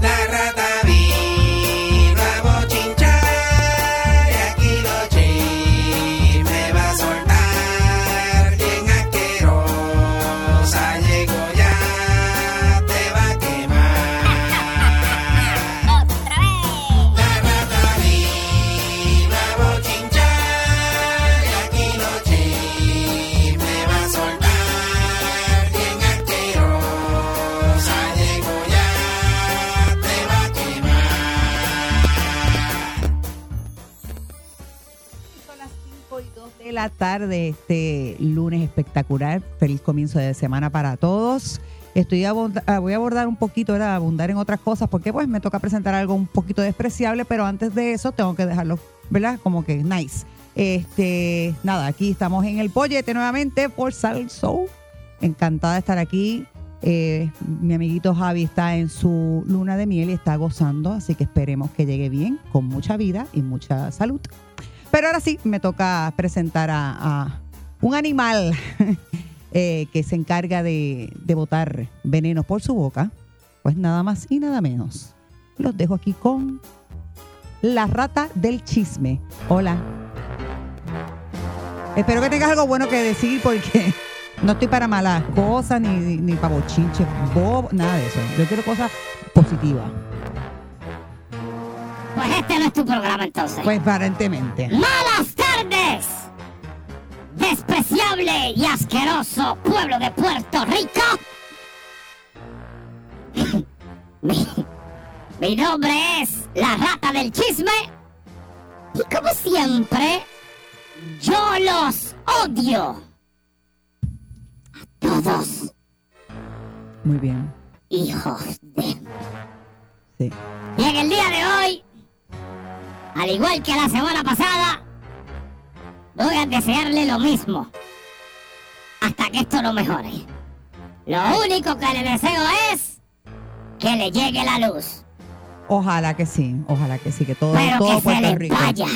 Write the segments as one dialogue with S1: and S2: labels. S1: La rata vino a bochinchar y aquí los chismes va a soltar. Bien asquerosa llegó ya, te va a quemar. La rata vino a bochinchar y aquí los chismes va a soltar. Bien asquerosa llegó ya, te va a quemar.
S2: Son las 5 y 2 de la tarde, este lunes espectacular. Feliz comienzo de semana para todos. Estoy abond- ah, voy a abordar un poquito, ¿verdad? abundar en otras cosas, porque pues me toca presentar algo un poquito despreciable, pero antes de eso tengo que dejarlo, ¿verdad? Como que nice. Este, nada, aquí estamos en el pollete nuevamente por Sal Soul. Encantada de estar aquí. Eh, mi amiguito Javi está en su luna de miel y está gozando, así que esperemos que llegue bien, con mucha vida y mucha salud. Pero ahora sí, me toca presentar a, a un animal eh, que se encarga de, de botar venenos por su boca. Pues nada más y nada menos. Los dejo aquí con la rata del chisme. Hola. Espero que tengas algo bueno que decir porque no estoy para malas cosas ni, ni, ni para bochinches, bobo, nada de eso. Yo quiero cosas positivas.
S3: Pues este no es tu programa entonces.
S2: Pues aparentemente.
S3: Malas tardes, despreciable y asqueroso pueblo de Puerto Rico. mi, mi nombre es la rata del chisme. Y como siempre, yo los odio. A todos,
S2: Muy bien.
S3: hijos de...
S2: Sí.
S3: Y en el día de hoy, al igual que la semana pasada, voy a desearle lo mismo. Hasta que esto no mejore. Lo único que le deseo es que le llegue la luz.
S2: Ojalá que sí, ojalá que sí, que todo,
S3: Pero
S2: todo
S3: que se
S2: Puerto
S3: le
S2: Rico.
S3: vaya.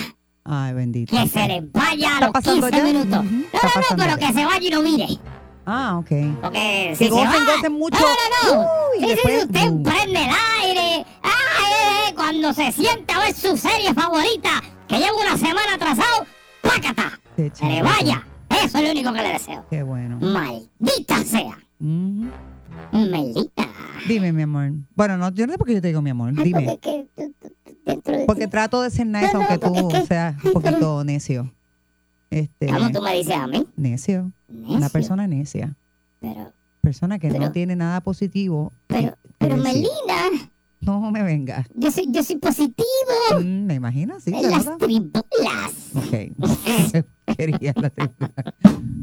S2: Ay, bendito.
S3: Que se le vaya a
S2: ¿Está
S3: los
S2: pasando
S3: 15
S2: ya?
S3: minutos.
S2: Ujú,
S3: No,
S2: está
S3: no, no,
S2: pasando
S3: pero
S2: ya.
S3: que se vaya y no mire.
S2: Ah, ok.
S3: Porque
S2: Que
S3: si
S2: gocen,
S3: se va,
S2: gocen mucho.
S3: ah. No, no, no.
S2: Uy,
S3: Sí, sí,
S2: después-
S3: usted
S2: Uh.
S3: prende el aire. Ay, ay, ay, cuando se sienta a ver su serie favorita, que lleva una semana atrasado, ¡pácata!
S2: Qué
S3: ¡Se le
S2: chévere.
S3: vaya! Eso es lo único que le deseo.
S2: Qué bueno.
S3: ¡Maldita sea!
S2: Ujú.
S3: ¡Maldita!
S2: Dime, mi amor. Bueno, no, yo no sé por qué yo te digo mi amor. Dime.
S3: Porque, que- tú- tú- dentro de
S2: Porque
S3: ti-
S2: trato de ser nice,
S3: No, no,
S2: aunque tú
S3: porque es que-
S2: seas un poquito necio. Este,
S3: ¿Cómo tú me dices a mí?
S2: necio. Una
S3: Necio.
S2: persona necia.
S3: Pero,
S2: Persona que no
S3: Pero-
S2: tiene nada positivo.
S3: pero,
S2: que
S3: pero
S2: decir.
S3: Melina,
S2: No me vengas.
S3: yo soy, yo soy positivo
S2: Mm, me imagino, sí,
S3: en las
S2: ¿verdad?
S3: tribulas.
S2: Ok. Quería la tripa.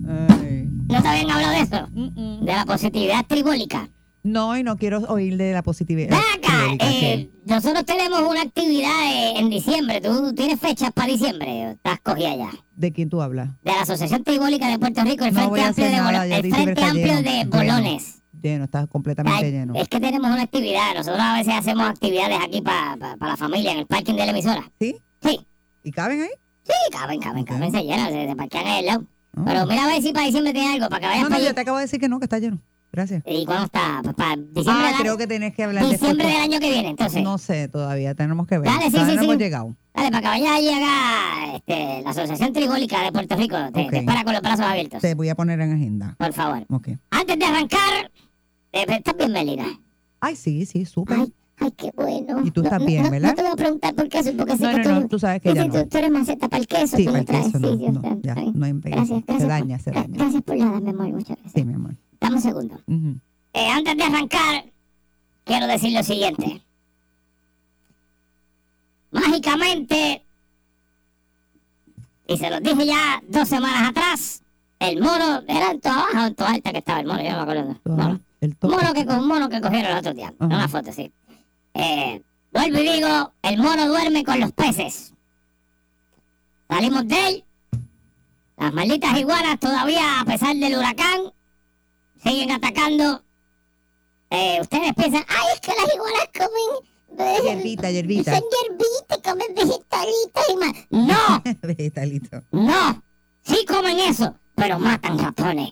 S2: Ay.
S3: ¿No te habían hablado de eso?
S2: Mm, mm.
S3: De la positividad tribólica.
S2: No, y no quiero oír de la positividad.
S3: Ven acá,
S2: Erika, sí.
S3: eh, nosotros tenemos una actividad eh, en diciembre. ¿Tú tienes fechas para diciembre? ¿O Estás cogida ya.
S2: ¿De quién tú hablas?
S3: De la Asociación Tribólica de Puerto Rico, el
S2: No voy
S3: Frente
S2: a
S3: Amplio,
S2: hacer
S3: de,
S2: nada,
S3: Bolo-
S2: ya
S3: el
S2: diciembre
S3: Frente
S2: está
S3: Amplio
S2: lleno.
S3: de
S2: Lleno.
S3: Bolones.
S2: Lleno, está completamente
S3: Ay, eh.
S2: lleno.
S3: es que tenemos una actividad. Nosotros a veces hacemos actividades aquí para la familia, en el parking de la emisora.
S2: ¿Sí?
S3: Sí,
S2: ¿Y caben ahí?
S3: sí, caben, caben, caben, se llenan, se, se parquean ahí al lado.
S2: No.
S3: Pero eh, mira a ver si para diciembre tiene algo, para que vayas
S2: Ah. no, no,
S3: para
S2: yo
S3: allí.
S2: te acabo de decir que no, que está lleno. Gracias.
S3: ¿Y cuándo está? Pues para diciembre,
S2: Ah,
S3: del,
S2: creo
S3: año-
S2: que tenés que hablar después.
S3: diciembre del año que viene, entonces.
S2: No sé, todavía tenemos que ver.
S3: Dale, sí,
S2: Todavía
S3: sí,
S2: no
S3: sí.
S2: hemos llegado.
S3: Dale, para que vaya ahí acá este, la Asociación Trigólica de Puerto Rico. Te,
S2: Ok.
S3: te espera con los brazos abiertos.
S2: Te voy a poner en agenda.
S3: Por favor.
S2: Ok.
S3: Antes de arrancar, eh, estás bien, Melina.
S2: Ay, sí, sí, súper.
S3: Ay, ay, qué bueno.
S2: Y tú
S3: No-
S2: estás
S3: no-
S2: bien,
S3: no-
S2: ¿verdad?
S3: No te voy a preguntar por queso, porque sé
S2: No,
S3: que
S2: no,
S3: tú,
S2: no, tú sabes que
S3: sí,
S2: ya
S3: sí,
S2: no.
S3: tú, tú eres maceta para el queso.
S2: Sí,
S3: tú
S2: para el
S3: lo traes,
S2: queso no.
S3: sí, sí,
S2: no,
S3: está-
S2: ya,
S3: está bien.
S2: no hay empeño.
S3: Gracias,
S2: Se
S3: gracias.
S2: daña, se
S3: Gra-
S2: daña.
S3: Gracias por nada, mi amor. Muchas gracias.
S2: Sí, mi amor.
S3: Dame un segundo.
S2: Ujú.
S3: Eh, antes de arrancar, quiero decir lo siguiente. Mágicamente, y se los dije ya dos semanas atrás, el mono, era en toda baja o en toda alta que estaba el mono, yo no me acuerdo.
S2: Todo-
S3: Mono,
S2: El toque.
S3: mono que, co- mono que cogieron el otro día,
S2: Ajá.
S3: una foto, sí. Eh, vuelvo y digo, el mono duerme con los peces. Salimos de él. Las malditas iguanas todavía, a pesar del huracán, siguen atacando. Eh, ustedes piensan, ay, es que las iguanas comen... eh,
S2: Hierbita, hierbita.
S3: Son hierbitas, comen vegetalitos y más. ¡No!
S2: Vegetalito.
S3: ¡No! Sí comen eso, pero matan ratones.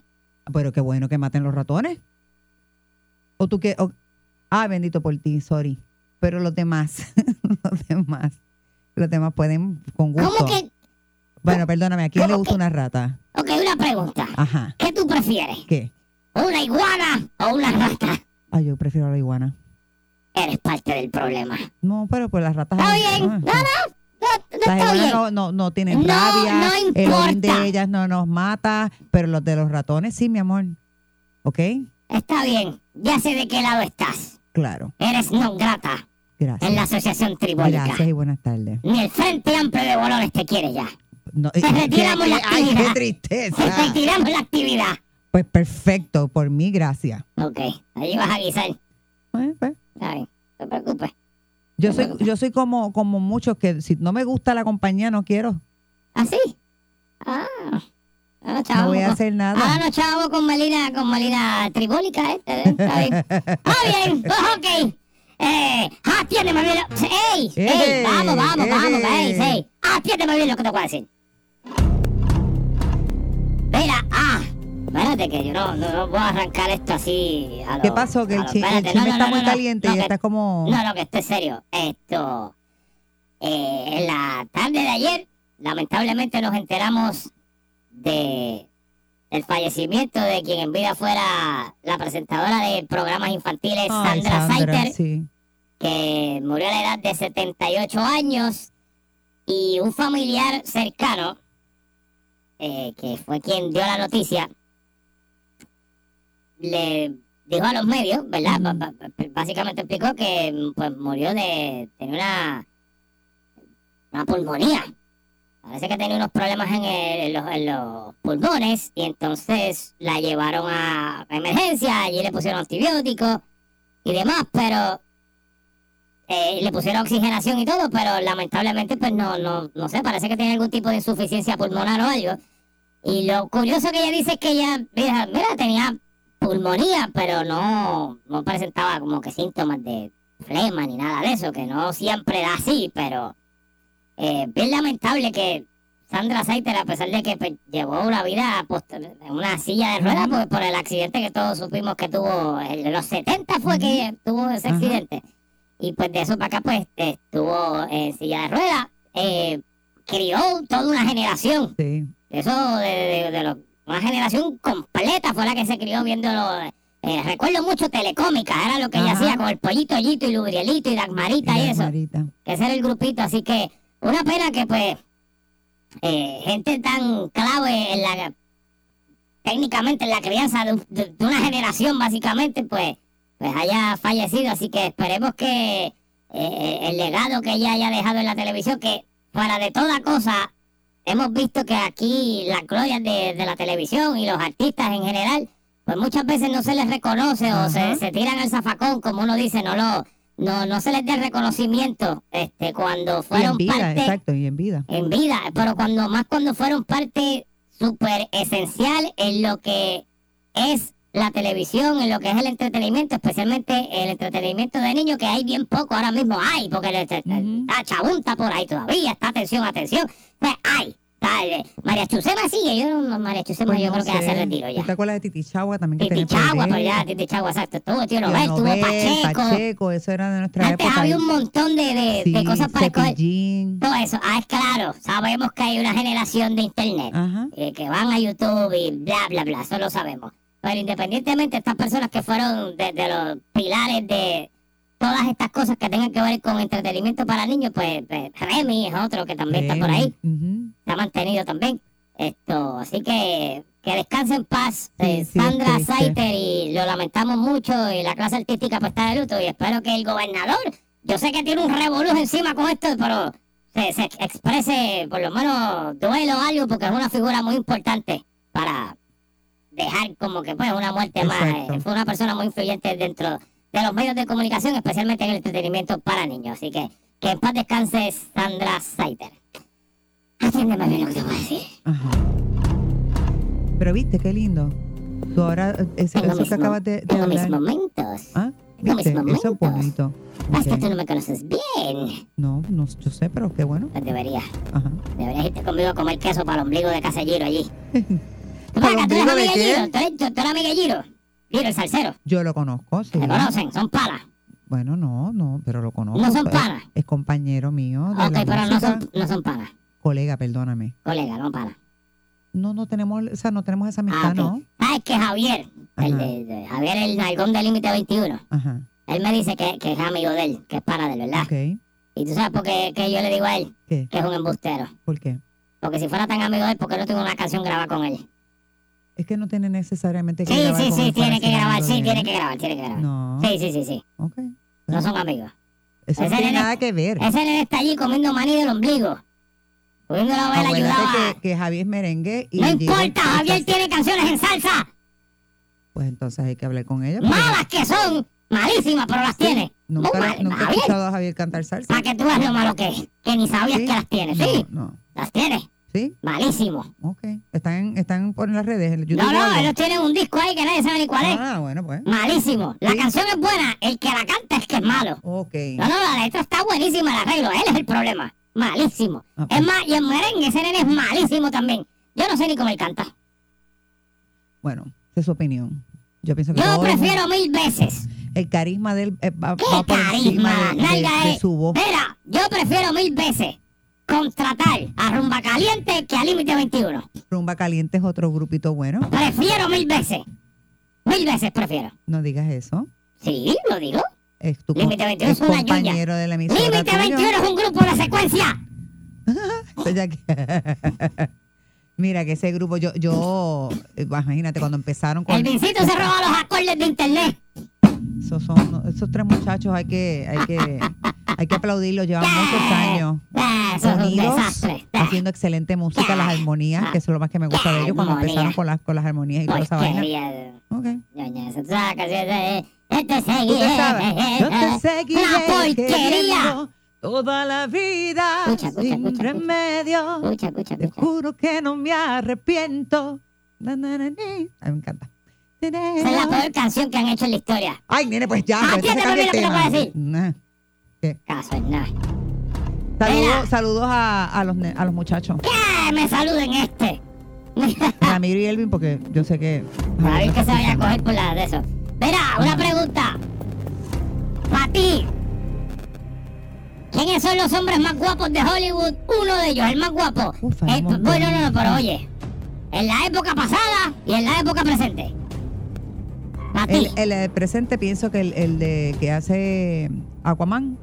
S2: Pero qué bueno que maten los ratones. O tú que. o- Ah, bendito por ti, sorry. Pero los demás, los demás, los demás pueden con gusto.
S3: ¿Cómo que...?
S2: Bueno, perdóname, ¿a quién le
S3: cómo
S2: gusta
S3: que-
S2: una rata?
S3: Ok, una pregunta.
S2: Ajá.
S3: ¿Qué tú prefieres?
S2: ¿Qué?
S3: ¿Una iguana o una rata?
S2: Ah, yo prefiero la iguana.
S3: Eres parte del problema.
S2: No, pero pues las ratas.
S3: Está
S2: ah,
S3: bien. No, no. No, no
S2: Las
S3: está
S2: iguanas
S3: bien.
S2: no, no, no tienen
S3: No,
S2: rabia.
S3: no
S2: El orín
S3: importa.
S2: de ellas no nos mata, pero los de los ratones sí, mi amor. ¿Ok?
S3: Está bien. Ya sé de qué lado estás.
S2: Claro.
S3: Eres non grata en
S2: Gracias.
S3: la asociación tribólica.
S2: Gracias y buenas tardes.
S3: Ni el Frente Amplio de Bolones te quiere ya.
S2: No,
S3: Se retiramos la
S2: ay, qué
S3: actividad.
S2: tristeza.
S3: Retiramos la actividad.
S2: Pues perfecto, por mí, gracias.
S3: Ok, ahí vas a guisar.
S2: Eh, pues,
S3: Está bien. No te preocupes.
S2: Yo soy, yo soy como, como muchos que si no me gusta la compañía, no quiero.
S3: ¿Así? Ah. Ah, no, chavo.
S2: No voy a hacer
S3: Ah,
S2: nada.
S3: no, chavo, con Melina, con Melina tribólica, ¿eh? Está bien. Está bien, pues, ok. Eh, atiéndeme bien. lo- ¡Ey! ¡Ey!
S2: Ey,
S3: Vamos, vamos, vamos,
S2: ey.
S3: ey, ey. Atiéndeme bien lo que te voy a decir. Mira, ah. Espérate que yo no, no, no puedo arrancar esto así. a lo-
S2: ¿Qué pasó? Que
S3: a
S2: el,
S3: lo-
S2: chi- el
S3: Ah, espérate, no,
S2: chisme
S3: no,
S2: está
S3: no,
S2: muy
S3: no,
S2: caliente
S3: no,
S2: y
S3: que-
S2: está como...
S3: no, no, que esto es serio. Esto. eh, en la tarde de ayer, lamentablemente nos enteramos de el fallecimiento de quien en vida fuera la presentadora de programas infantiles,
S2: Ay,
S3: Sandra, Saiter,
S2: sí.
S3: que murió a la edad de 78 años. Y un familiar cercano, eh, que fue quien dio la noticia, le dijo a los medios, ¿verdad? Ba- ba- ba- básicamente explicó que mm, pues, murió de tenía una, una pulmonía. Parece que tenía unos problemas en, el- en los, en los pulmones y entonces la llevaron a emergencia, allí le pusieron antibióticos y demás, pero eh, le pusieron oxigenación y todo, pero lamentablemente pues no, no, no sé, parece que tiene algún tipo de insuficiencia pulmonar o algo. Y lo curioso que ella dice es que ella, mira, mira, tenía pulmonía, pero no, no presentaba como que síntomas de flema ni nada de eso, que no siempre da así, pero eh, bien lamentable que Sandra Saiter, a pesar de que pues, llevó una vida post- en una silla de ruedas por, por el accidente que todos supimos que tuvo, en los 70 fue que tuvo ese
S2: Ajá.
S3: accidente, y pues de eso para acá pues estuvo en silla de ruedas, eh, crió toda una generación.
S2: Sí.
S3: Eso de, de- de lo- una generación completa fue la que se crió viéndolo. eh, recuerdo mucho Telecómica, era lo que ella
S2: Ajá.
S3: hacía con el pollito Yito y Lubrielito y Dagmarita y,
S2: la
S3: eso,
S2: Marita.
S3: que ese era el grupito. Así que una pena que pues eh, gente tan clave en la técnicamente en la crianza de, un- de- de una generación básicamente pues pues haya fallecido. Así que esperemos que eh, eh, el legado que ella haya dejado en la televisión, que para de toda cosa hemos visto que aquí las glorias de, de la televisión y los artistas en general, pues muchas veces no se les reconoce o
S2: Ajá.
S3: se, se tiran al zafacón, como uno dice, no lo, no, no se les dé reconocimiento, este, cuando
S2: Y en
S3: fueron
S2: vida,
S3: parte
S2: exacto, y en vida.
S3: en vida, pero cuando más cuando fueron parte súper esencial en lo que es la televisión, en lo que es el entretenimiento, especialmente el entretenimiento de niños, que hay bien poco ahora mismo, hay, porque el-
S2: Ujú.
S3: está Chabunta por ahí todavía, está atención, atención, pues hay. está, eh, María Chusema sigue, yo no- María Chusema
S2: Pues
S3: yo
S2: no
S3: creo que ya
S2: sé.
S3: se retiró
S2: ¿Tú te
S3: ya.
S2: acuerdas de Titi Chagua también? que
S3: Titi
S2: tenía por
S3: Chagua,
S2: ahí?
S3: pero ya Titi Chagua, exacto, estuvo Tío
S2: Tío
S3: Nobel, tuvo
S2: Nobel,
S3: Pacheco,
S2: Pacheco, eso era de nuestra
S3: antes
S2: época.
S3: había un montón de, de- de
S2: Sí,
S3: cosas para escoger.
S2: Cepillín.
S3: Todo eso, ah, es claro, sabemos que hay una generación de internet
S2: Ajá.
S3: eh, que van a YouTube y bla, bla, bla, eso lo sabemos. Pero independientemente, estas personas que fueron de, de los pilares de todas estas cosas que tengan que ver con entretenimiento para niños, pues, pues, Remy es otro que también está por ahí,
S2: Eh, Ujú.
S3: se ha mantenido también. Esto, así que que descanse en paz
S2: Sí,
S3: eh,
S2: sí, es
S3: Sandra
S2: triste.
S3: Saiter y lo lamentamos mucho y la clase artística pues está de luto y espero que el gobernador, yo sé que tiene un revolú encima con esto, pero se, se exprese por lo menos duelo o algo porque es una figura muy importante para dejar como que pues una muerte más. eh,
S2: Exacto.
S3: fue una persona muy influyente dentro de los medios de comunicación, especialmente en el entretenimiento para niños. Así que que en paz descanse Sandra Saiter. Atiéndeme bien lo que te voy a decir.
S2: Ajá. Pero viste, qué lindo. Tú ahora, eh, ese-
S3: Tengo
S2: eso
S3: mis
S2: que
S3: mo-
S2: acabas de, de
S3: tengo mis
S2: hablar.
S3: momentos.
S2: Ah,
S3: tengo mis
S2: viste, eso es
S3: momentos.
S2: bonito.
S3: Ah, Es que
S2: Ok.
S3: tú no me conoces bien.
S2: No, no, yo sé, pero qué bueno.
S3: Pues deberías,
S2: Ajá.
S3: deberías irte conmigo a comer queso para el ombligo de casa de Giro allí. ¿Tú,
S2: ¿Para el
S3: acá, tú eres
S2: ombligo de
S3: amiga
S2: qué?
S3: Giro? ¿Tú eres, tú, tú eres amiga de Giro? Giro, el salsero.
S2: Yo lo conozco, sí.
S3: ¿Te conocen? Son palas.
S2: Bueno, no, no, pero lo conozco.
S3: No son
S2: Es-
S3: panas.
S2: Es compañero mío de
S3: Ok,
S2: la
S3: pero no
S2: música.
S3: son, no son palas.
S2: Colega, perdóname.
S3: Colega, no palas.
S2: No, no tenemos, o sea, no tenemos esa amistad,
S3: Ah, ok.
S2: ¿no?
S3: Ah, es que Javier, el
S2: Ajá.
S3: de, de- Javier el nalgón del límite 21,
S2: Ajá.
S3: él me dice que, que es amigo de él, que es para de él, ¿verdad?
S2: Ok.
S3: Y tú sabes por qué que yo le digo a él
S2: ¿Qué?
S3: que es un embustero.
S2: ¿Por qué?
S3: Porque si fuera tan amigo de él, ¿por qué no tengo una canción grabada con él?
S2: Es que no tiene necesariamente que
S3: Sí,
S2: grabar
S3: sí,
S2: con
S3: sí,
S2: él para
S3: tiene que
S2: ser
S3: grabar,
S2: amigo de
S3: sí,
S2: él.
S3: tiene que grabar, tiene que grabar.
S2: No.
S3: Sí, sí, sí, sí.
S2: Ok.
S3: No son amigos.
S2: Eso no
S3: Ese
S2: tiene
S3: nene-
S2: nada que ver.
S3: Ese nene está allí comiendo maní del ombligo. Comiendo la vela ayudaba.
S2: Acuérdate Ah, que, que Javier es merengue y
S3: No
S2: Gilbert
S3: importa,
S2: está-
S3: Javier tiene canciones en salsa.
S2: Pues entonces hay que hablar con ella. porque
S3: Malas que son, malísimas, pero las tiene.
S2: Nunca,
S3: Muy mal-
S2: nunca he
S3: Javier,
S2: escuchado a Javier cantar salsa.
S3: para que tú veas lo malo que es. Que ni sabías
S2: ¿Sí?
S3: que las tiene.
S2: No,
S3: Sí,
S2: no.
S3: las tiene.
S2: ¿Sí?
S3: Malísimo.
S2: Ok. Están, están por las redes. en el YouTube
S3: No,
S2: o algo.
S3: no, ellos tienen un disco ahí que nadie sabe ni cuál es.
S2: Ah, bueno, pues.
S3: Malísimo. La
S2: Sí.
S3: canción es buena, el que la canta es que es malo.
S2: Ok.
S3: No, no, la letra está buenísima, el arreglo, él es el problema. Malísimo.
S2: Ah,
S3: Es
S2: pues.
S3: más, y el merengue, ese nene es malísimo también. Yo no sé ni cómo él canta.
S2: Bueno, esa es su opinión. Yo pienso que
S3: Yo
S2: todo el mundo-
S3: prefiero mil veces.
S2: el carisma del eh, va,
S3: ¿Qué
S2: va por encima
S3: carisma?
S2: de, de-
S3: Nalga
S2: de
S3: es.
S2: su voz.
S3: Mira, yo prefiero mil veces contratar a Rumba Caliente que a Límite 21.
S2: Rumba Caliente es otro grupito bueno.
S3: Prefiero mil veces. Mil veces prefiero.
S2: No digas eso.
S3: Sí, lo digo.
S2: Es tu com-
S3: Límite 21
S2: es
S3: es una ñoña.
S2: compañero de la emisora.
S3: Límite
S2: tuyo.
S3: 21 es un grupo de secuencia.
S2: Estoy aquí. Mira que ese grupo, yo, yo, imagínate, cuando empezaron con
S3: El vincito se roba los acordes de internet.
S2: esos, son, esos tres muchachos, hay que, hay que, hay que aplaudirlos, llevan muchos años.
S3: Ah, Eso es un
S2: Unidos,
S3: desastre. Ah,
S2: haciendo excelente música, las armonías, que eso es lo más que me gusta de ellos, cuando
S3: Armonía.
S2: empezaron con las, con las armonías y
S3: Ah, Pues
S2: toda esa vaina.
S3: Porquería. de-
S2: Ok.
S3: Ñoña, se saca, se- se- se- te
S2: Tú te sabes, yo te
S3: seguí.
S2: seguiré
S3: Una porquería.
S2: queriendo toda la vida
S3: Escucha, escucha,
S2: sin
S3: escucha, escucha.
S2: remedio.
S3: Escucha, escucha,
S2: Te
S3: escucha.
S2: juro que no me arrepiento. Na, na, na, ni. Ay, me encanta.
S3: Esa es la peor canción que han hecho en la historia.
S2: Ay, nene, pues ya. pero entonces
S3: Atiéndeme,
S2: cambia el
S3: mira, te lo
S2: tema.
S3: voy a decir.
S2: Nah.
S3: Caso es nada. Mira.
S2: Saludos, saludos a, a los, ne- a los muchachos.
S3: ¡Que me saluden este!
S2: Ramiro y Elvin, porque yo sé que.
S3: A ver Ah. que se vaya a coger por la de eso. Mira, una pregunta. Para ti. ¿Quiénes son los hombres más guapos de Hollywood? Uno de ellos, el más guapo.
S2: Uf, hay
S3: El-
S2: un montón.
S3: bueno, no, no, pero oye. En la época pasada y en la época presente. Para ti.
S2: El, el, eh, presente pienso que el, el de que hace Aquaman,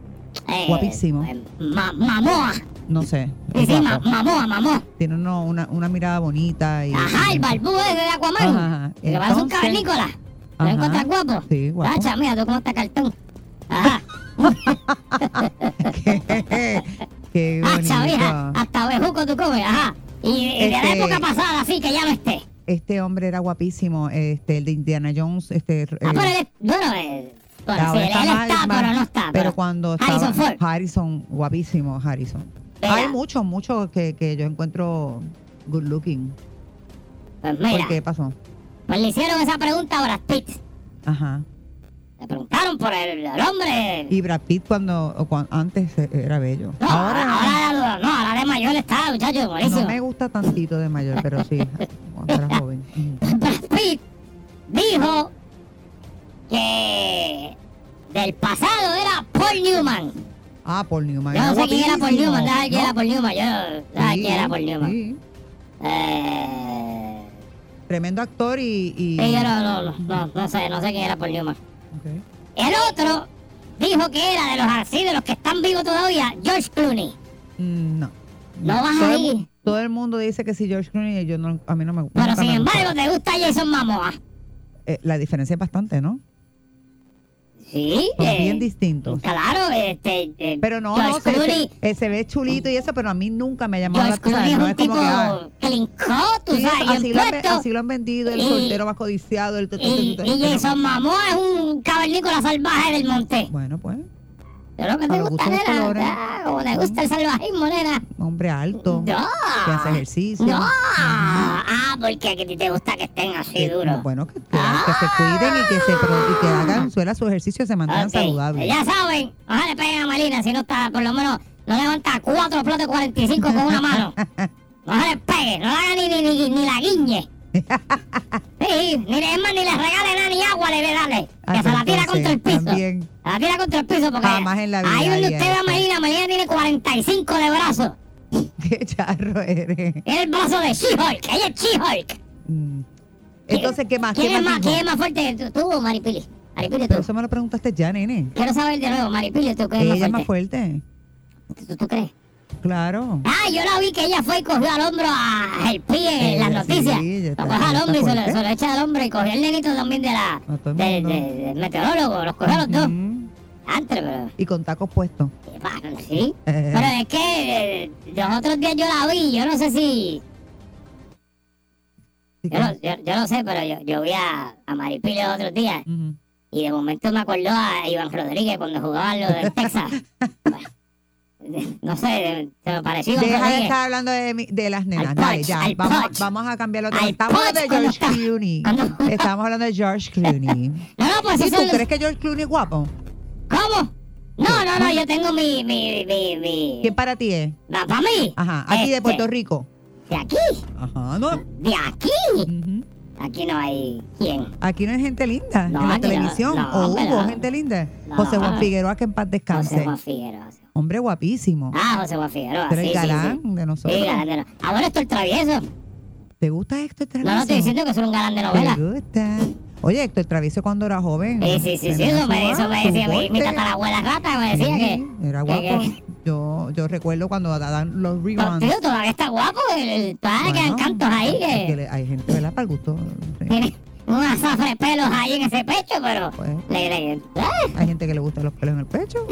S3: Eh,
S2: guapísimo.
S3: eh, ma- mamoa.
S2: no sé.
S3: Sí,
S2: es
S3: sí, ma-
S2: guapo.
S3: mamoa, mamoa.
S2: Tiene uno- una, una mirada bonita y.
S3: Ajá, el barbú ese de Aquaman.
S2: Ajá, ajá.
S3: Le vas a un
S2: Entonces-
S3: cavernícola. ¿Te lo
S2: Ajá.
S3: encuentras guapo?
S2: Sí, guapo.
S3: Tacha, mira, tú cómo está cartón. Ajá.
S2: Qué
S3: Hacha, Ah, vieja,
S2: bonito.
S3: hasta bejuco tú comes, ajá. Y, y de la
S2: Este-
S3: época pasada, así que ya no esté.
S2: Este hombre era guapísimo, este, el de Indiana Jones, este.
S3: Ah,
S2: eh,
S3: pero él es, bueno, eh, bueno,
S2: Ahora
S3: sí, él él
S2: está
S3: está,
S2: más- más-
S3: pero no está.
S2: Pero, cuando estaba
S3: Harrison Ford.
S2: Harrison, guapísimo Harrison.
S3: Mira.
S2: Hay muchos, muchos que, que yo encuentro good looking.
S3: Pues mira,
S2: ¿Por qué pasó?
S3: pues le hicieron esa pregunta a Brad Pitt.
S2: Ajá.
S3: Le preguntaron por el, el hombre.
S2: Y Brad Pitt cuando, o cuan- antes eh, era bello.
S3: no, ahora,
S2: Ahora
S3: ahora, no, ahora de mayor está, muchacho, buenísimo.
S2: no me gusta tantito de mayor, pero sí, cuando era joven. Mm.
S3: Brad Pitt dijo que del pasado era Paul Newman.
S2: Ah, Paul Newman.
S3: Yo no sé quién era Paul
S2: guapísimo,
S3: Newman, déjame quién
S2: ¿no?
S3: era Paul Newman, yo no déjame
S2: Sí,
S3: quién era Paul Newman.
S2: sí.
S3: Eh,
S2: Tremendo actor y... y-
S3: sí, yo no, no, no, no, no sé, no sé quién era Paul Newman.
S2: Ok.
S3: El otro dijo que era de los así, de los que están vivos todavía, George Clooney.
S2: Mm, No.
S3: No vas
S2: todo,
S3: ahí.
S2: El, mu- todo el mundo dice que si George Clooney, yo no, a mí no me gusta. Eh,
S3: Pero sin embargo, te gusta Jason Momoa.
S2: la diferencia es bastante, ¿no?
S3: Sí,
S2: Son
S3: eh,
S2: Pues bien distintos.
S3: Claro, este. eh,
S2: Pero no,
S3: George
S2: no, se,
S3: Clooney-
S2: se- eh, se ve chulito y eso, pero a mí nunca me ha llamado la
S3: George Clooney
S2: atención.
S3: es
S2: No
S3: un
S2: es
S3: tipo
S2: como que, ah,
S3: que lincó, tú
S2: sí,
S3: sabes,
S2: así,
S3: bien
S2: lo han, ve-
S3: puesto.
S2: así lo han vendido, el
S3: Y-
S2: soltero más codiciado. El,
S3: Y, y Jason Momoa es un cavernícola salvaje del monte.
S2: Bueno, pues,
S3: Yo lo que
S2: A
S3: te
S2: los
S3: gusta,
S2: gustos los
S3: nena,
S2: colores.
S3: ah, como te gusta el salvajismo, nena.
S2: un hombre alto,
S3: No.
S2: que hace ejercicio.
S3: No. Ah, porque a ti te gusta que estén así
S2: que-
S3: duros.
S2: Bueno, que, que- que se cuiden y que se pro- y que hagan suela su ejercicio y se mantengan
S3: Ah. Ok,
S2: saludables.
S3: Ya saben, no le peguen a Malina si no está, por lo menos, no levanta cuatro platos de 45 con una mano. No le pegue, no le haga ni, ni, ni, ni la guiñe. Sí, ni le, es más, ni le regale nada ni agua, le dale. Que
S2: Ah,
S3: se la tira
S2: entonces,
S3: contra el piso.
S2: También.
S3: Se la tira contra el piso porque
S2: Jamás en la vida
S3: ahí donde
S2: haría
S3: usted ve a
S2: eso.
S3: Malina, Malina tiene 45 de brazo.
S2: Qué charro eres.
S3: Tiene el brazo de She-Hulk, ella es She-Hulk.
S2: Mm. Entonces, ¿qué más?
S3: ¿Quién
S2: Ah, ¿Qué
S3: es más,
S2: dijo?
S3: quién es más fuerte que tú, tú o Maripili? Maripili,
S2: Pero
S3: tú.
S2: eso me lo preguntaste ya, nene.
S3: Quiero saber de nuevo, Maripili, tú, ¿quién
S2: Ella es
S3: es más
S2: más
S3: Pues fuerte?
S2: fuerte.
S3: ¿Tú, tú crees?
S2: Claro.
S3: Ah, yo la vi que ella fue y cogió al hombro a el pie en
S2: Ella
S3: las
S2: sí,
S3: noticias.
S2: ella está-
S3: lo cogió al
S2: ella está
S3: hombro y se lo,
S2: fuerte.
S3: se lo echa al hombro y cogió el negrito también de la
S2: A todo el
S3: del
S2: mundo.
S3: del- del meteorólogo, los cogió a los dos.
S2: Mm.
S3: Antes, pero
S2: Y con tacos puestos.
S3: bueno, sí.
S2: Eh.
S3: Pero es que eh, los otros días yo la vi, yo no sé si,
S2: Así
S3: yo
S2: que-
S3: no, yo, yo no sé, pero yo, yo vi a, a Maripili los otros días
S2: Ujú.
S3: y de momento me acordó a Iván Rodríguez cuando jugaban los de Texas. Bueno, no sé, se me pareció Iván
S2: Deja de
S3: Rodríguez.
S2: estar hablando de, mi- de las nenas.
S3: Al
S2: Dale,
S3: punch,
S2: ya.
S3: al punch.
S2: Vamos, vamos a cambiar otro.
S3: Al
S2: Estamos hablando de
S3: punch cuando
S2: George
S3: está-
S2: Clooney.
S3: cuando-
S2: Estamos hablando de George Clooney.
S3: No, no, pues
S2: ¿Y
S3: eso
S2: tú crees que George Clooney es guapo?
S3: ¿Cómo? No, no, no, yo tengo mi, mi, mi, mi.
S2: ¿Quién para ti es?
S3: ¿La para mí?
S2: Ajá. Aquí de
S3: Este,
S2: Puerto Rico.
S3: ¿De aquí?
S2: Ajá, no.
S3: ¿De aquí?
S2: Ujú.
S3: Aquí no hay quién.
S2: Aquí no hay gente linda
S3: No,
S2: en la
S3: aquí no,
S2: televisión.
S3: no,
S2: o
S3: hombre,
S2: hubo
S3: no.
S2: gente linda.
S3: No.
S2: José Juan Figueroa, que en paz
S3: José
S2: descanse.
S3: Juan Figueroa. José Juan-
S2: Hombre guapísimo.
S3: Ah, José Juan Figueroa.
S2: Pero
S3: sí,
S2: el
S3: sí,
S2: galán
S3: sí.
S2: de
S3: Sí,
S2: nosotros.
S3: galán de no- Ah, bueno, esto es travieso.
S2: ¿Te gusta Héctor
S3: No, no
S2: Travieso?
S3: estoy diciendo que soy un galán de novela.
S2: ¿Te gusta? Oye, Héctor Travieso cuando era joven.
S3: Sí, sí, sí, sí,
S2: tenía
S3: eso me,
S2: su-
S3: eso me
S2: su
S3: decía mi, mi
S2: porte.
S3: tatarabuela rata, me decía que.
S2: Sí, Era
S3: que-
S2: guapo.
S3: que-
S2: Yo, yo recuerdo cuando dan los
S3: Pero,
S2: reruns.
S3: tío, todavía está guapo, el, el- todavía le quedan
S2: Bueno,
S3: Ah, cantos ahí
S2: es que
S3: que.
S2: le- hay gente, ¿verdad? Para el gusto. sí.
S3: Tiene un azafre de pelos ahí en ese pecho, pero.
S2: Pues,
S3: Le, le, ¡Ah!
S2: hay gente que le gustan los pelos en el pecho.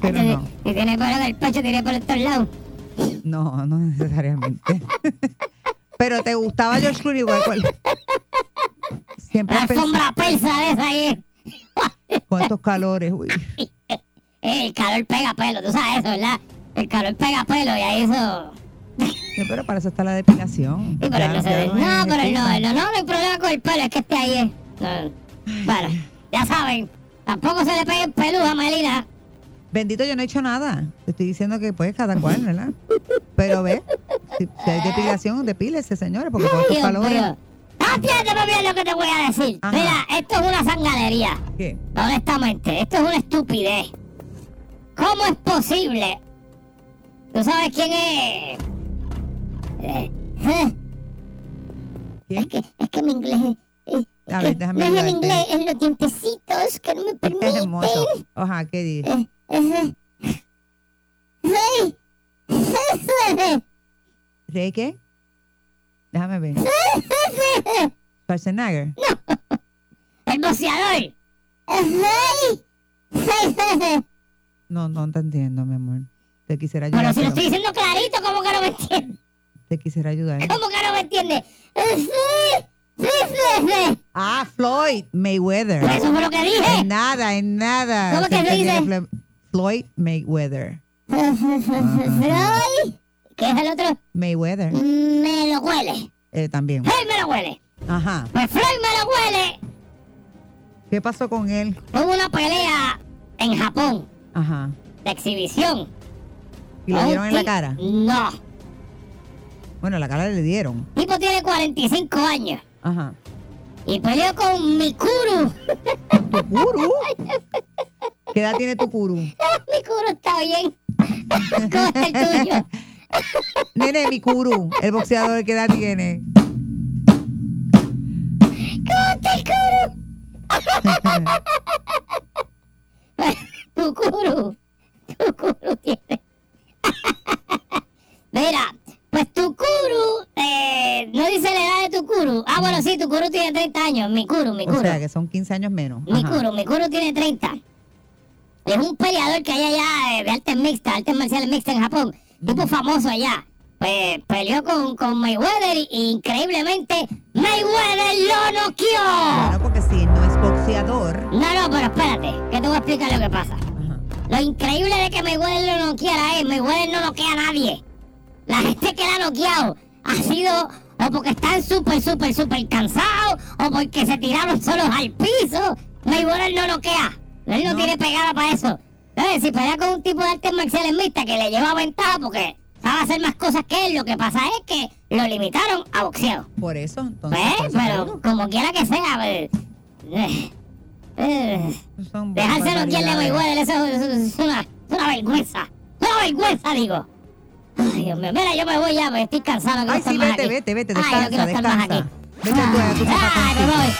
S2: Pero
S3: Entonces,
S2: no,
S3: Si tiene pelo en el pecho, tiene pelo en todos lados.
S2: no, no necesariamente. Pero te gustaba George Clooney igual. cual- Siempre
S3: La
S2: has pensado
S3: alfombra persa de esa ahí.
S2: con estos calores. uy.
S3: eh, El calor pega pelo, tú sabes eso, ¿verdad? El calor pega pelo y ahí eso.
S2: Sí, Pero para eso está la depilación.
S3: Sí, pero
S2: Ya-
S3: él no se
S2: ya
S3: ve.
S2: no
S3: No,
S2: es
S3: pero él no,
S2: efectiva.
S3: él no, no, no hay problema con el pelo, es que este ahí es. No. Bueno, ya saben. Tampoco se le peguen peludos a Melina.
S2: Bendito, yo no he hecho nada. Te estoy diciendo que pues cada cual, ¿verdad? Pero ve, si, si hay depilación, depílese, señores, porque con estos
S3: Dios
S2: calores.
S3: mío. Ah, Atiéndeme bien lo que te voy a decir.
S2: Ajá.
S3: Mira, esto es una sangadería.
S2: ¿Qué?
S3: Honestamente, esto es una estupidez. ¿Cómo es posible? ¿Tú sabes quién es? Eh, eh, es,
S2: ¿Quién?
S3: que, es que mi inglés... eh,
S2: A
S3: que
S2: ver, déjame
S3: no es el
S2: ayudarte.
S3: inglés, es los dientecitos que no me
S2: Qué
S3: permiten.
S2: hermoso. Ajá, ¿qué dices?
S3: Eh, eh, eh.
S2: ¿Rey qué? Déjame ver. Schwarzenegger.
S3: ¡El boceador!
S2: No, no te entiendo, mi amor. Te quisiera ayudar.
S3: Pero si lo estoy
S2: pero
S3: diciendo clarito, ¿cómo que no me entiende?
S2: Te quisiera ayudar.
S3: ¿Cómo que no me entiende? Eso
S2: Ah, Floyd Mayweather.
S3: fue lo que
S2: En
S3: dije.
S2: nada, en nada.
S3: ¿Cómo eh. que
S2: Se
S3: se
S2: tiene
S3: dice?
S2: Fle- Floyd Mayweather.
S3: Ay, ¿Qué es el otro?
S2: Mayweather.
S3: Me lo huele.
S2: eh, también.
S3: Floyd me lo huele.
S2: Ajá.
S3: Pues Floyd me lo huele.
S2: ¿Qué pasó con él?
S3: Hubo una pelea en Japón
S2: Ajá.
S3: de exhibición.
S2: ¿Y le
S3: A un
S2: dieron en la
S3: ti-
S2: cara?
S3: No.
S2: Bueno, la cara le dieron.
S3: Tipo tiene 45 años.
S2: Ajá.
S3: Y peleó con Mikuru.
S2: ¿Tu curu? ¿Qué edad tiene tu curu?
S3: Mikuru está bien. ¿Cómo está el tuyo?
S2: Nene, mi curu. El boxeador, ¿qué edad tiene?
S3: ¿Cómo está el Kuru? tu Kuru. Tu Kuru tiene. Mira, pues tu Kuru. eh, no dice la edad de tu Kuru. Ah, bueno, sí, y tu curu tiene 30 años. Mi curu, mi curu.
S2: O sea, que son 15 años menos.
S3: Mi
S2: Ajá.
S3: curu, mi curu tiene 30. Es un peleador que hay allá eh, de artes mixtas, artes marciales mixtas en Japón. Tipo famoso allá. Pues peleó con, con Mayweather y increíblemente Mayweather lo noqueó.
S2: Claro, porque si no es boxeador.
S3: No, no, pero espérate, que te voy a explicar lo que pasa.
S2: Ajá.
S3: Lo increíble de que Mayweather lo noqueara es, Mayweather E, no noquea a nadie. La gente que la ha noqueado ha sido o porque están súper, súper, súper cansados o porque se tiraron solos al piso. Mayweather no noquea. Él no,
S2: No.
S3: tiene pegada para eso. Entonces, si pelea con un tipo de artes marciales mixtas que le lleva ventaja porque sabe hacer más cosas que él, lo que pasa es que lo limitaron a boxeo.
S2: Por eso, entonces.
S3: Pues,
S2: por eso
S3: pero
S2: digo,
S3: como quiera que sea, pues, eh, eh,
S2: son
S3: Dejarse no quiere
S2: barbaridades.
S3: Mayweather, eso es, es una, es una vergüenza. Es una vergüenza, digo. Ay, Dios mío. Mira, yo me voy ya, porque estoy cansado. no
S2: Ay,
S3: quiero
S2: sí,
S3: estar
S2: vete,
S3: más aquí.
S2: vete, vete,
S3: Ay, no quiero
S2: descansa,
S3: estar más aquí.
S2: descansa. Vete tú a tu papá
S3: Ay, me
S2: contigo.
S3: voy.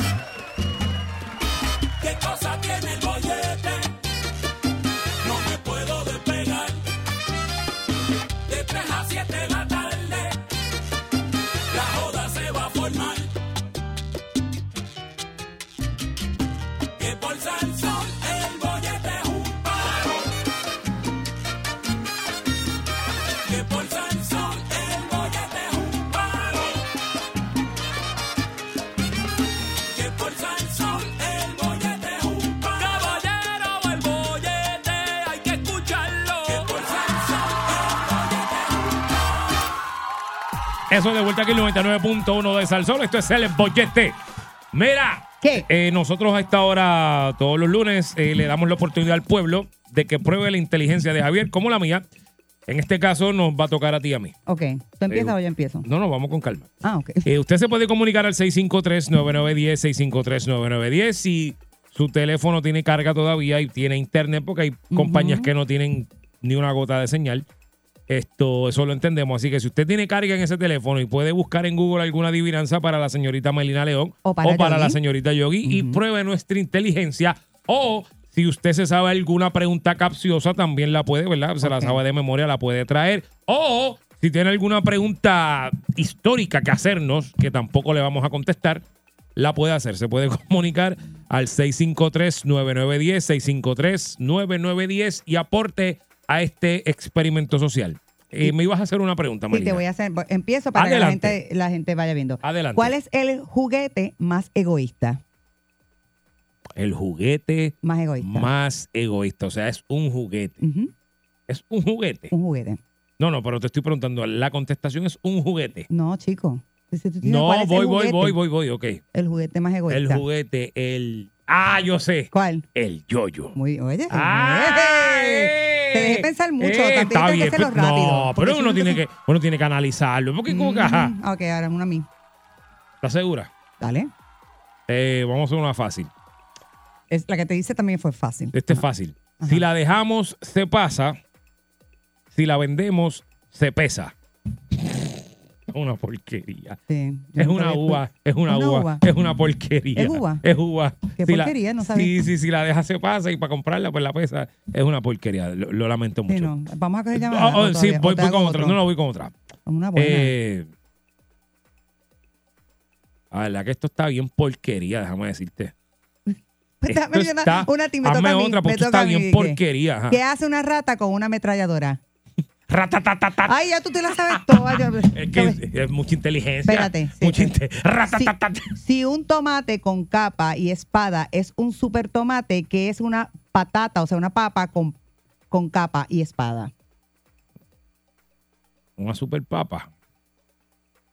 S4: ¿Qué cosa tiene el bollete? No me puedo despegar. De 3 a 7 de la tarde, la joda se va a formar. Que por San Sol el bollete es un paro. Que por San Sol el bollete es un paro. que por San Sol el bollete es un pan. Caballero, el bollete hay que escucharlo. Que por San Sol el bollete es un
S5: Eso de vuelta aquí el 99.1 de Salsón. Esto es el bollete. Mira,
S2: ¿Qué?
S5: eh, nosotros a esta hora, todos los lunes, eh, le damos la oportunidad al pueblo de que pruebe la inteligencia de Javier como la mía. En este caso nos va a tocar a ti y a mí.
S2: Ok, ¿tú empiezas
S5: Digo.
S2: o yo empiezo?
S5: No, no, vamos con calma.
S2: Ah, ok.
S5: Eh, usted se puede comunicar al 653-9910, 653-9910 si su teléfono tiene carga todavía y tiene internet, porque hay compañías que no tienen ni una gota de señal. Esto, eso lo entendemos. Así que si usted tiene carga en ese teléfono y puede buscar en Google alguna adivinanza para la señorita Melina León
S2: O para Yogi.
S5: la señorita Yogi y pruebe nuestra inteligencia o... Si usted se sabe alguna pregunta capciosa, también la puede, ¿verdad? Se la
S2: Ok.
S5: sabe de memoria, la puede traer. O si tiene alguna pregunta histórica que hacernos, que tampoco le vamos a contestar, la puede hacer. Se puede comunicar al 653-9910, 653-9910 y aporte a este experimento social. Eh, me ibas a hacer una pregunta,
S2: Sí,
S5: Marina.
S2: te voy a hacer. bo- Empiezo para
S5: Adelante.
S2: que la gente, la gente vaya viendo.
S5: Adelante.
S2: ¿Cuál es el juguete más egoísta?
S5: El juguete
S2: Más egoísta.
S5: más egoísta. O sea, es un juguete.
S2: Ujú,
S5: Es un juguete.
S2: Un juguete.
S5: No, no, pero te estoy preguntando. La contestación es un juguete.
S2: No, chico. Si tú tienes-
S5: No,
S2: ¿cuál es el
S5: voy, voy,
S2: juguete?
S5: voy, voy, voy. Ok.
S2: El juguete más egoísta.
S5: El juguete, el. Ah, yo sé.
S2: ¿Cuál?
S5: El yoyo.
S2: Muy, oye.
S5: ¡Ah!
S2: eh, Te dejé pensar mucho.
S5: Eh,
S2: también
S5: está
S2: hay que
S5: bien.
S2: hacerlo
S5: pero-
S2: rápido.
S5: No,
S2: porque
S5: pero
S2: si
S5: uno
S2: no te-
S5: tiene, que, uno tiene que analizarlo. Porque como que, ajá,
S2: Mm, Ok, ahora uno a mí.
S5: ¿estás segura?
S2: Dale.
S5: Eh, vamos a hacer una fácil.
S2: Es, la que te hice también fue fácil.
S5: Este es fácil.
S2: Ah, Ajá.
S5: Si la dejamos, se pasa. Si la vendemos, se pesa. una porquería.
S2: Sí, yo
S5: Es
S2: nunca
S5: una
S2: había
S5: uva, es una,
S2: pues, Una
S5: uva,
S2: uva.
S5: es una porquería.
S2: ¿Es uva?
S5: Es uva.
S2: ¿Qué
S5: la-
S2: porquería? No sabía.
S5: sí, sí, si la deja se pasa y para comprarla, pues la pesa. Es una porquería. Lo, lo lamento
S2: Sí,
S5: mucho.
S2: no. Vamos a coger
S5: Ah,
S2: llamada.
S5: ah,
S2: ¿O
S5: sí,
S2: todavía? ¿O
S5: voy,
S2: te
S5: voy
S2: hago
S5: con
S2: otro? Ah, pues,
S5: otra. No, no, voy con otra.
S2: Una buena.
S5: Eh, ah, la verdad que esto está bien porquería, déjame decirte.
S2: Pues dame
S5: esto
S2: una,
S5: está-
S2: una ti, me toca
S5: hazme
S2: a mí,
S5: otra,
S2: me
S5: porque esto
S2: toca
S5: está
S2: a mí,
S5: bien
S2: ¿qué?
S5: porquería. ajá.
S2: ¿Qué hace una rata con una ametralladora?
S5: Ratatatata.
S2: Ay, ya tú te la sabes toda. yo-
S5: Ah. Es
S2: yo-
S5: que es mucha inteligencia.
S2: Espérate, sí,
S5: mucha
S2: sí.
S5: inte-
S2: Si,
S5: Ratatatata.
S2: si un tomate con capa y espada es un super tomate, que es una patata, o sea, una papa con, con capa y espada.
S5: Una super papa.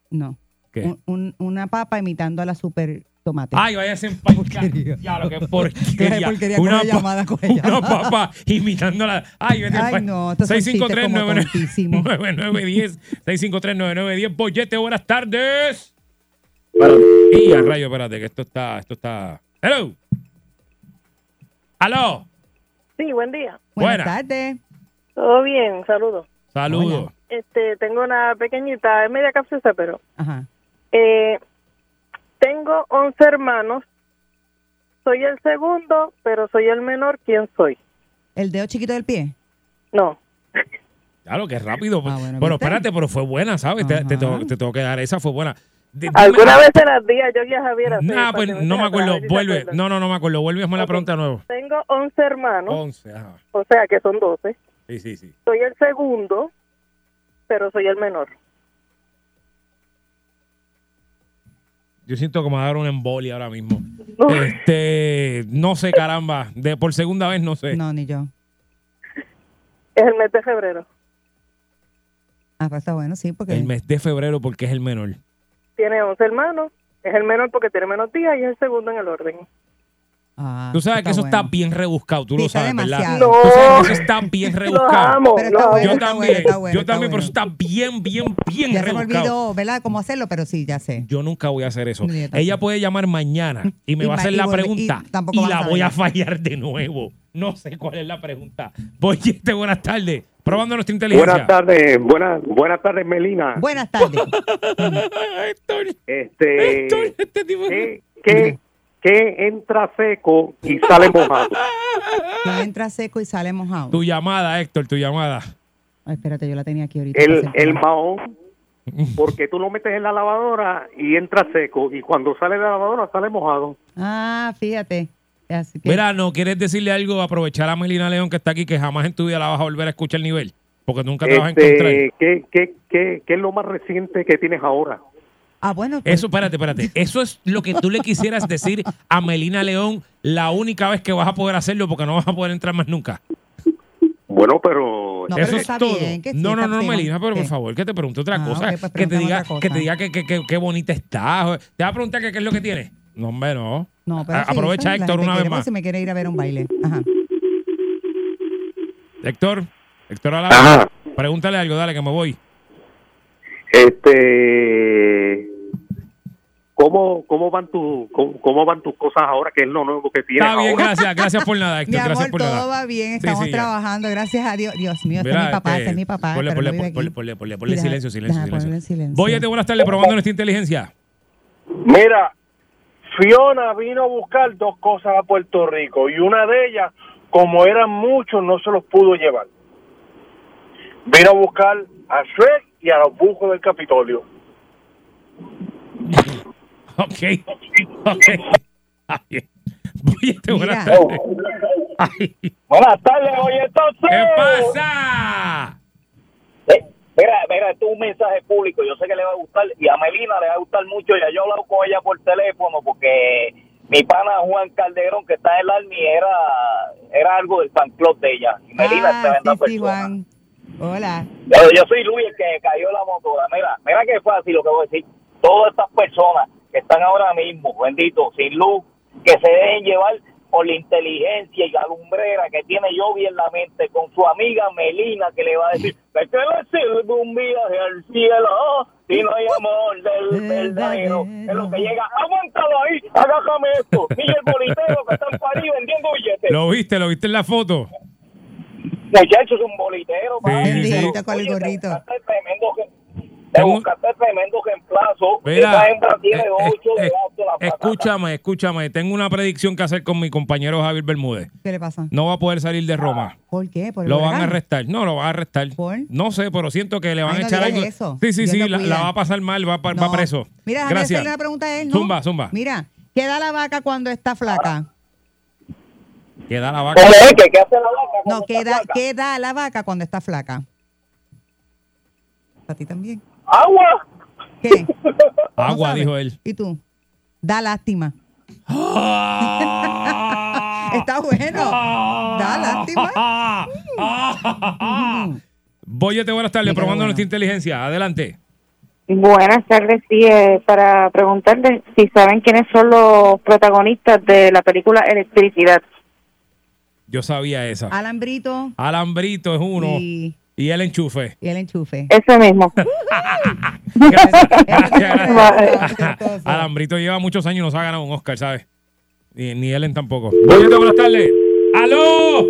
S2: No.
S5: ¿Qué? Ah,
S2: Un- un- una papa imitando a la super tomate.
S5: Ay, vaya a empalcar. Diablo, qué
S2: Clase de
S5: porquería.
S2: porquería, coge
S5: pa-
S2: llamada, coge
S5: una
S2: llamada.
S5: papa imitándola. Ay, vete
S2: Ay,
S5: pa-
S2: no, estos son chistes como
S5: 653-9910.
S2: tontísimos.
S5: 9910. 653-9910. Bollete, buenas tardes. Y a rayo, espérate, que esto está, esto está. Hello. Aló.
S6: Sí, buen día.
S5: buena.
S2: Buenas tardes.
S6: Todo bien, saludos.
S5: Saludos.
S2: Hola.
S6: Este, tengo una pequeñita, es media capciosa, pero
S2: Ajá.
S6: eh, tengo 11 hermanos. Soy el segundo, pero soy el menor. ¿Quién soy?
S2: ¿El dedo chiquito del pie?
S6: No.
S5: Claro, qué rápido.
S2: Ah, bueno,
S5: pero
S2: ¿viste?
S5: espérate, pero fue buena, ¿sabes? Te, te
S2: Ajá.
S5: tengo, te tengo que dar esa, fue buena. D- dime-
S6: Alguna vez se las di a Yogi y a Javier. hace
S5: Nah,
S6: para
S5: pues
S6: que
S5: no
S6: se
S5: me acuerdo.
S6: acuerden, a ver si se
S5: Vuelve.
S6: acuerdan.
S5: No, no, no me acuerdo. Vuelve, hazme la
S6: Ok.
S5: pregunta nueva.
S6: Tengo 11 hermanos,
S5: 11, ajá.
S6: o sea que son 12.
S5: Sí, sí, sí.
S6: Soy el segundo, pero soy el menor.
S5: Yo siento que me va a dar una embolia ahora mismo.
S6: No.
S5: Este, no sé, caramba. De, por segunda vez no sé.
S2: No, ni yo.
S6: Es el mes de febrero.
S2: Ah, pues está bueno, sí, porque.
S5: El mes de febrero porque es el menor.
S6: Tiene 11 hermanos, es el menor porque tiene menos días y es el segundo en el orden.
S2: Ah,
S5: Tú sabes que eso está
S2: bueno.
S5: bien rebuscado, tú
S2: Sí,
S5: lo
S2: está
S5: sabes, ¿verdad?
S2: demasiado.
S6: No,
S5: Tú sabes que eso está bien
S6: los
S5: rebuscado.
S6: amo.
S2: Pero
S6: los
S2: está
S6: amo.
S2: bueno,
S5: Yo
S2: está
S5: también,
S2: bueno, está bueno,
S5: yo
S2: está
S5: también, pero
S2: bueno.
S5: eso está bien, bien, bien
S2: Ya se me
S5: rebuscado.
S2: olvidó, ¿verdad? Cómo hacerlo, pero sí, ya sé.
S5: Yo nunca voy a hacer eso.
S2: Yo tampoco.
S5: Ella puede llamar mañana y me
S2: Y
S5: va a
S2: ma-
S5: hacer
S2: y
S5: la
S2: volve-
S5: pregunta
S2: y
S5: y,
S2: tampoco vas a
S5: la voy a
S2: saber.
S5: fallar de nuevo. No sé cuál es la pregunta. Boyete, buenas tardes. Probando nuestra inteligencia.
S7: Buenas
S8: Eh,
S7: tardes, buenas, buenas tardes, Melina.
S2: Buenas tardes.
S5: Ah, Héctor,
S7: Este,
S5: Héctor, este tipo-
S7: ¿qué, qué, qué entra seco y sale mojado?
S2: Tú entra seco y sale mojado.
S5: Tu llamada, Héctor, tu llamada.
S2: Ay, espérate, yo la tenía aquí ahorita.
S7: El,
S2: Hace-
S7: el mahón, porque tú lo metes en la lavadora y entra seco, y cuando sale de la lavadora sale mojado.
S2: Ah, fíjate. Así que-
S5: Mira, ¿no quieres decirle algo? Aprovechar a Melina León que está aquí, que jamás en tu vida la vas a volver a escuchar nivel. Porque nunca te vas a encontrar.
S7: Este, ¿qué, qué, qué, ¿Qué es lo más reciente que tienes ahora?
S2: Ah, bueno. pues,
S5: Eso, espérate, espérate. Eso es lo que tú le quisieras decir a Melina León la única vez que vas a poder hacerlo porque no vas a poder entrar más nunca.
S7: Bueno, pero...
S2: No,
S7: eh,
S2: pero
S5: Eso es
S2: está
S5: todo.
S2: bien, que sí,
S5: no, no,
S2: está
S5: no,
S2: bien.
S5: Melina, pero por
S2: ¿Qué?
S5: favor, que te pregunte otra
S2: Ah,
S5: cosa.
S2: ok, pues
S5: que te
S2: pregúntame
S5: diga,
S2: otra cosa.
S5: que te diga que, que, que- qué bonita estás. o- Te va a preguntar que qué es lo que tienes. No, hombre, no.
S2: No, pero
S5: A-
S2: sí,
S5: aprovecha,
S2: la
S5: Héctor,
S2: gente
S5: una vez
S2: quiere, pues,
S5: más.
S2: Si me quiere ir a ver un baile. Ajá.
S5: Héctor, Héctor Alaba,
S7: Ajá,
S5: pregúntale algo, dale, que me voy.
S7: este... ¿Cómo, cómo, van tu, cómo, cómo van tus cosas ahora, que es lo nuevo que tienes
S5: Está bien,
S7: ahora?
S5: gracias, gracias por nada, Héctor,
S2: Mi amor,
S5: gracias por
S2: todo
S5: nada.
S2: va bien.
S5: Sí,
S2: Estamos
S5: sí, ya.
S2: trabajando, gracias a Dios. Dios mío, este es
S5: Mira,
S2: mi papá,
S5: este,
S2: este es mi papá.
S5: ponle,
S2: pero no
S5: ponle,
S2: vive aquí.
S5: ponle, ponle, ponle, ponle
S2: Y deja-
S5: silencio, silencio,
S2: deja
S5: silencio.
S2: ponerle silencio.
S5: Boyete, buenas tardes, probando nuestra inteligencia.
S8: Mira, Fiona vino a buscar dos cosas a Puerto Rico y una de ellas, como eran muchos, no se los pudo llevar. Vino a buscar a Shrek y a los bujos del Capitolio.
S5: Ok, ok. Está bien. Boyete,
S2: Mira.
S5: buenas tardes. Ay, ¿Qué
S8: Buenas tardes, oye, entonces.
S5: pasa?
S8: Eh, Mira, mira, esto es un mensaje público, yo sé que le va a gustar, y a Melina le va a gustar mucho, ya yo he hablado con ella por teléfono, porque mi pana Juan Calderón, que está en el Army, era, era algo del fan club de ella, y Melina es
S2: Ah,
S8: tremenda
S2: sí, sí,
S8: persona.
S2: Juan. Hola.
S8: Yo, yo soy Luis, el que cayó la motora, mira, mira qué fácil lo que voy a decir, todas estas personas que están ahora mismo, bendito, sin luz, que se dejen llevar por la inteligencia y la lumbrera que tiene Jovi en la mente con su amiga Melina que le va a decir ¿de qué le sirve un viaje al cielo si no hay amor del verdadero? Es lo que llega, aguántalo ahí, agájame esto, y el bolitero que está en París vendiendo billetes.
S5: Lo viste, lo viste en la foto.
S8: Muchachos, es un bolitero, papi.
S5: Sí, sí.
S2: Bendito con el
S8: Oye, te
S2: gorrito.
S8: buscaste tremendo gen- Te
S5: Tengo-
S8: buscaste tremendo reemplazo.
S5: Mira,
S8: Esa hembra tiene
S5: eh,
S8: ocho
S5: eh,
S8: de gato la patata.
S5: escúchame, escúchame. Tengo una predicción que hacer con mi compañero Javier Bermúdez.
S2: ¿Qué le pasa?
S5: No va a poder salir de Roma.
S2: ¿Por qué? ¿Por el
S5: Lo van a
S2: huracán?
S5: arrestar. No, lo van a arrestar.
S2: ¿Por?
S5: No sé, pero siento que le van
S2: Ay,
S5: a
S2: no
S5: echar
S2: digas
S5: algo.
S2: eso.
S5: Sí, sí,
S2: Dios
S5: sí.
S2: lo
S5: La, la
S2: cuida.
S5: va a pasar mal, va, pa-
S2: No.
S5: va preso.
S2: Mira, déjame
S5: Gracias.
S2: hacerle una pregunta a él, ¿no?
S5: Zumba, zumba.
S2: Mira, ¿qué da la vaca cuando está flaca?
S5: Queda la vaca.
S8: Oye, ¿qué, qué hace la vaca?
S2: No,
S8: cuando
S2: ¿qué
S8: está
S2: da,
S8: flaca?
S2: qué da la vaca cuando está flaca? A ti también.
S8: Agua.
S2: ¿Qué? ¿No
S5: Agua,
S2: sabes?
S5: dijo él.
S2: ¿Y tú? Da lástima. Está bueno. Da lástima.
S5: Boyete, buenas tardes.
S2: Mira,
S5: Probando
S2: bueno.
S5: nuestra inteligencia. Adelante.
S9: Buenas tardes, sí, eh, para preguntarles si saben quiénes son los protagonistas de la película Electricidad.
S5: Yo sabía esa.
S2: Ah. Alambrito
S5: Alambrito es uno.
S2: y,
S5: Y el enchufe.
S2: y el enchufe.
S9: Eso mismo.
S5: Gracias.
S2: Vale.
S5: Alambrito lleva muchos años y no se ha ganado un Oscar, ¿sabes? Ni, ni Ellen tampoco. Oye, buenas tardes. ¡Aló!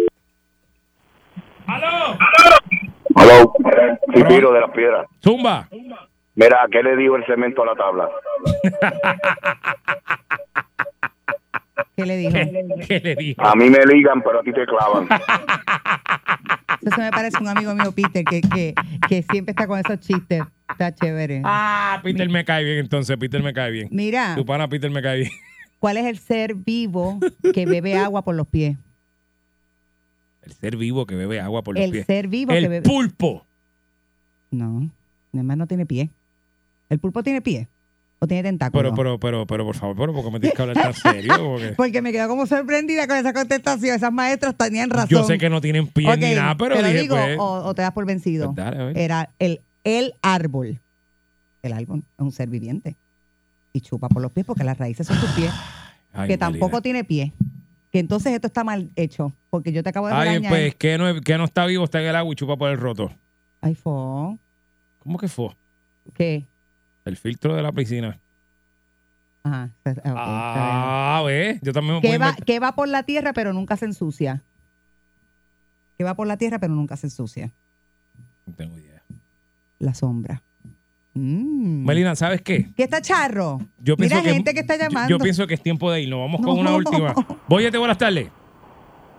S5: ¡Aló!
S10: Aló, Pipiro de las Piedras.
S5: ¡Zumba!
S10: Mira, ¿qué le digo el cemento a la tabla?
S2: ¿Qué le dijo?
S5: ¿Qué, qué le dijo?
S10: A mí me ligan, pero a ti te clavan.
S2: Eso se me parece un amigo mío, Peter, que, que, que siempre está con esos chistes. Está chévere.
S5: Ah, Peter me cae bien, entonces, Peter me cae bien.
S2: Mira.
S5: Tu pana Peter me cae bien.
S2: ¿Cuál es el ser vivo que bebe agua por los pies?
S5: El ser vivo que bebe agua por los
S2: El
S5: pies.
S2: ser vivo
S5: El
S2: que bebe-
S5: pulpo.
S2: No. Además no tiene pie. ¿El pulpo tiene pie? ¿O tiene tentáculo?
S5: Pero, pero, pero, pero, por favor, pero porque me tienes que hablar tan serio. Porque
S2: Porque me quedo como sorprendida con esa contestación. Esas maestras tenían razón.
S5: yo sé que no tienen pies
S2: Ok,
S5: ni nada, pero
S2: te lo
S5: dije,
S2: digo, Eh,
S5: pues,
S2: o, o te das por vencido.
S5: Pues dale, a ver.
S2: Era el, el árbol. El árbol es un ser viviente. Y chupa por los pies porque las raíces son sus pies.
S5: Ay,
S2: que
S5: Melina.
S2: tampoco tiene pie. Que entonces esto está mal hecho. Porque yo te acabo de
S5: Ay,
S2: regañar.
S5: pues, que no, que no está vivo, está en el agua y chupa por el roto.
S2: Ay, fo.
S5: ¿Cómo que fue?
S2: ¿Qué?
S5: El filtro de la piscina.
S2: Ajá. pues, ok, está
S5: Ah, ¿ves? Yo también me
S2: bien. que
S5: puedo
S2: va,
S5: inventar.
S2: que va por la tierra pero nunca se ensucia. Que va por la tierra pero nunca se ensucia.
S5: No tengo idea.
S2: La sombra. Mm.
S5: Melina, ¿sabes qué?
S2: ¿Qué está charro?
S5: Yo
S2: Mira
S5: pienso que-
S2: gente que está
S5: Yo-
S2: llamando.
S5: Yo, pienso que es tiempo de irnos. Vamos con una
S2: No.
S5: última. Boyete, buenas tardes.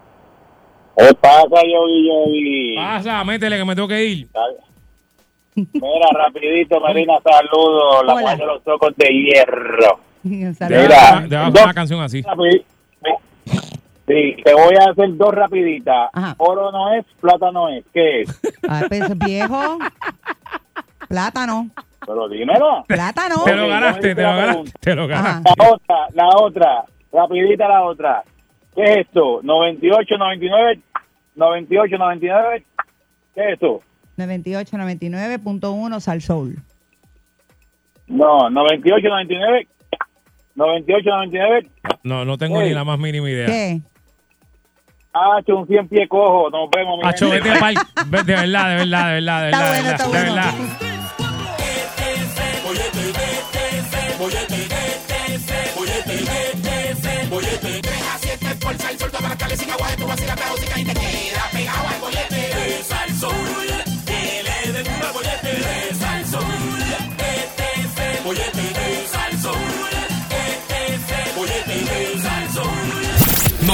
S8: ¿Qué pasa, Yogi Yogi?
S5: Pasa, métele que me tengo que ir.
S8: Mira, rapidito, Marina, saludos. La
S5: Hola.
S8: cual de los tocos de hierro.
S5: Te vas a- te vas a poner una canción así.
S8: Rapi- Sí, te voy a hacer dos rapiditas. Oro no es, plata no es. ¿Qué es?
S2: Ah, pues, viejo. Plátano.
S8: Pero dímelo.
S2: Plátano.
S5: Te lo ganaste, te lo ganaste, te lo ganaste.
S8: La otra, la otra, rapidita la otra. ¿Qué es esto? 98, 99, 98, 99. ¿Qué es esto?
S2: 98, 99.1 Sal Soul.
S8: No, 98, 99. 98, 99.
S5: No, no tengo
S8: Oye.
S5: ni la más mínima idea.
S2: ¿Qué?
S8: Hacho, un 100 pie cojo. Nos vemos, mi
S5: Acho,
S8: gente.
S5: vete pa'l- ve- De verdad, de verdad, de verdad, de verdad. de verdad, de verdad.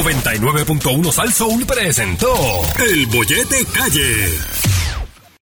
S4: Bollete,
S11: 99.1 Sal Soul presentó El Bollete Calle.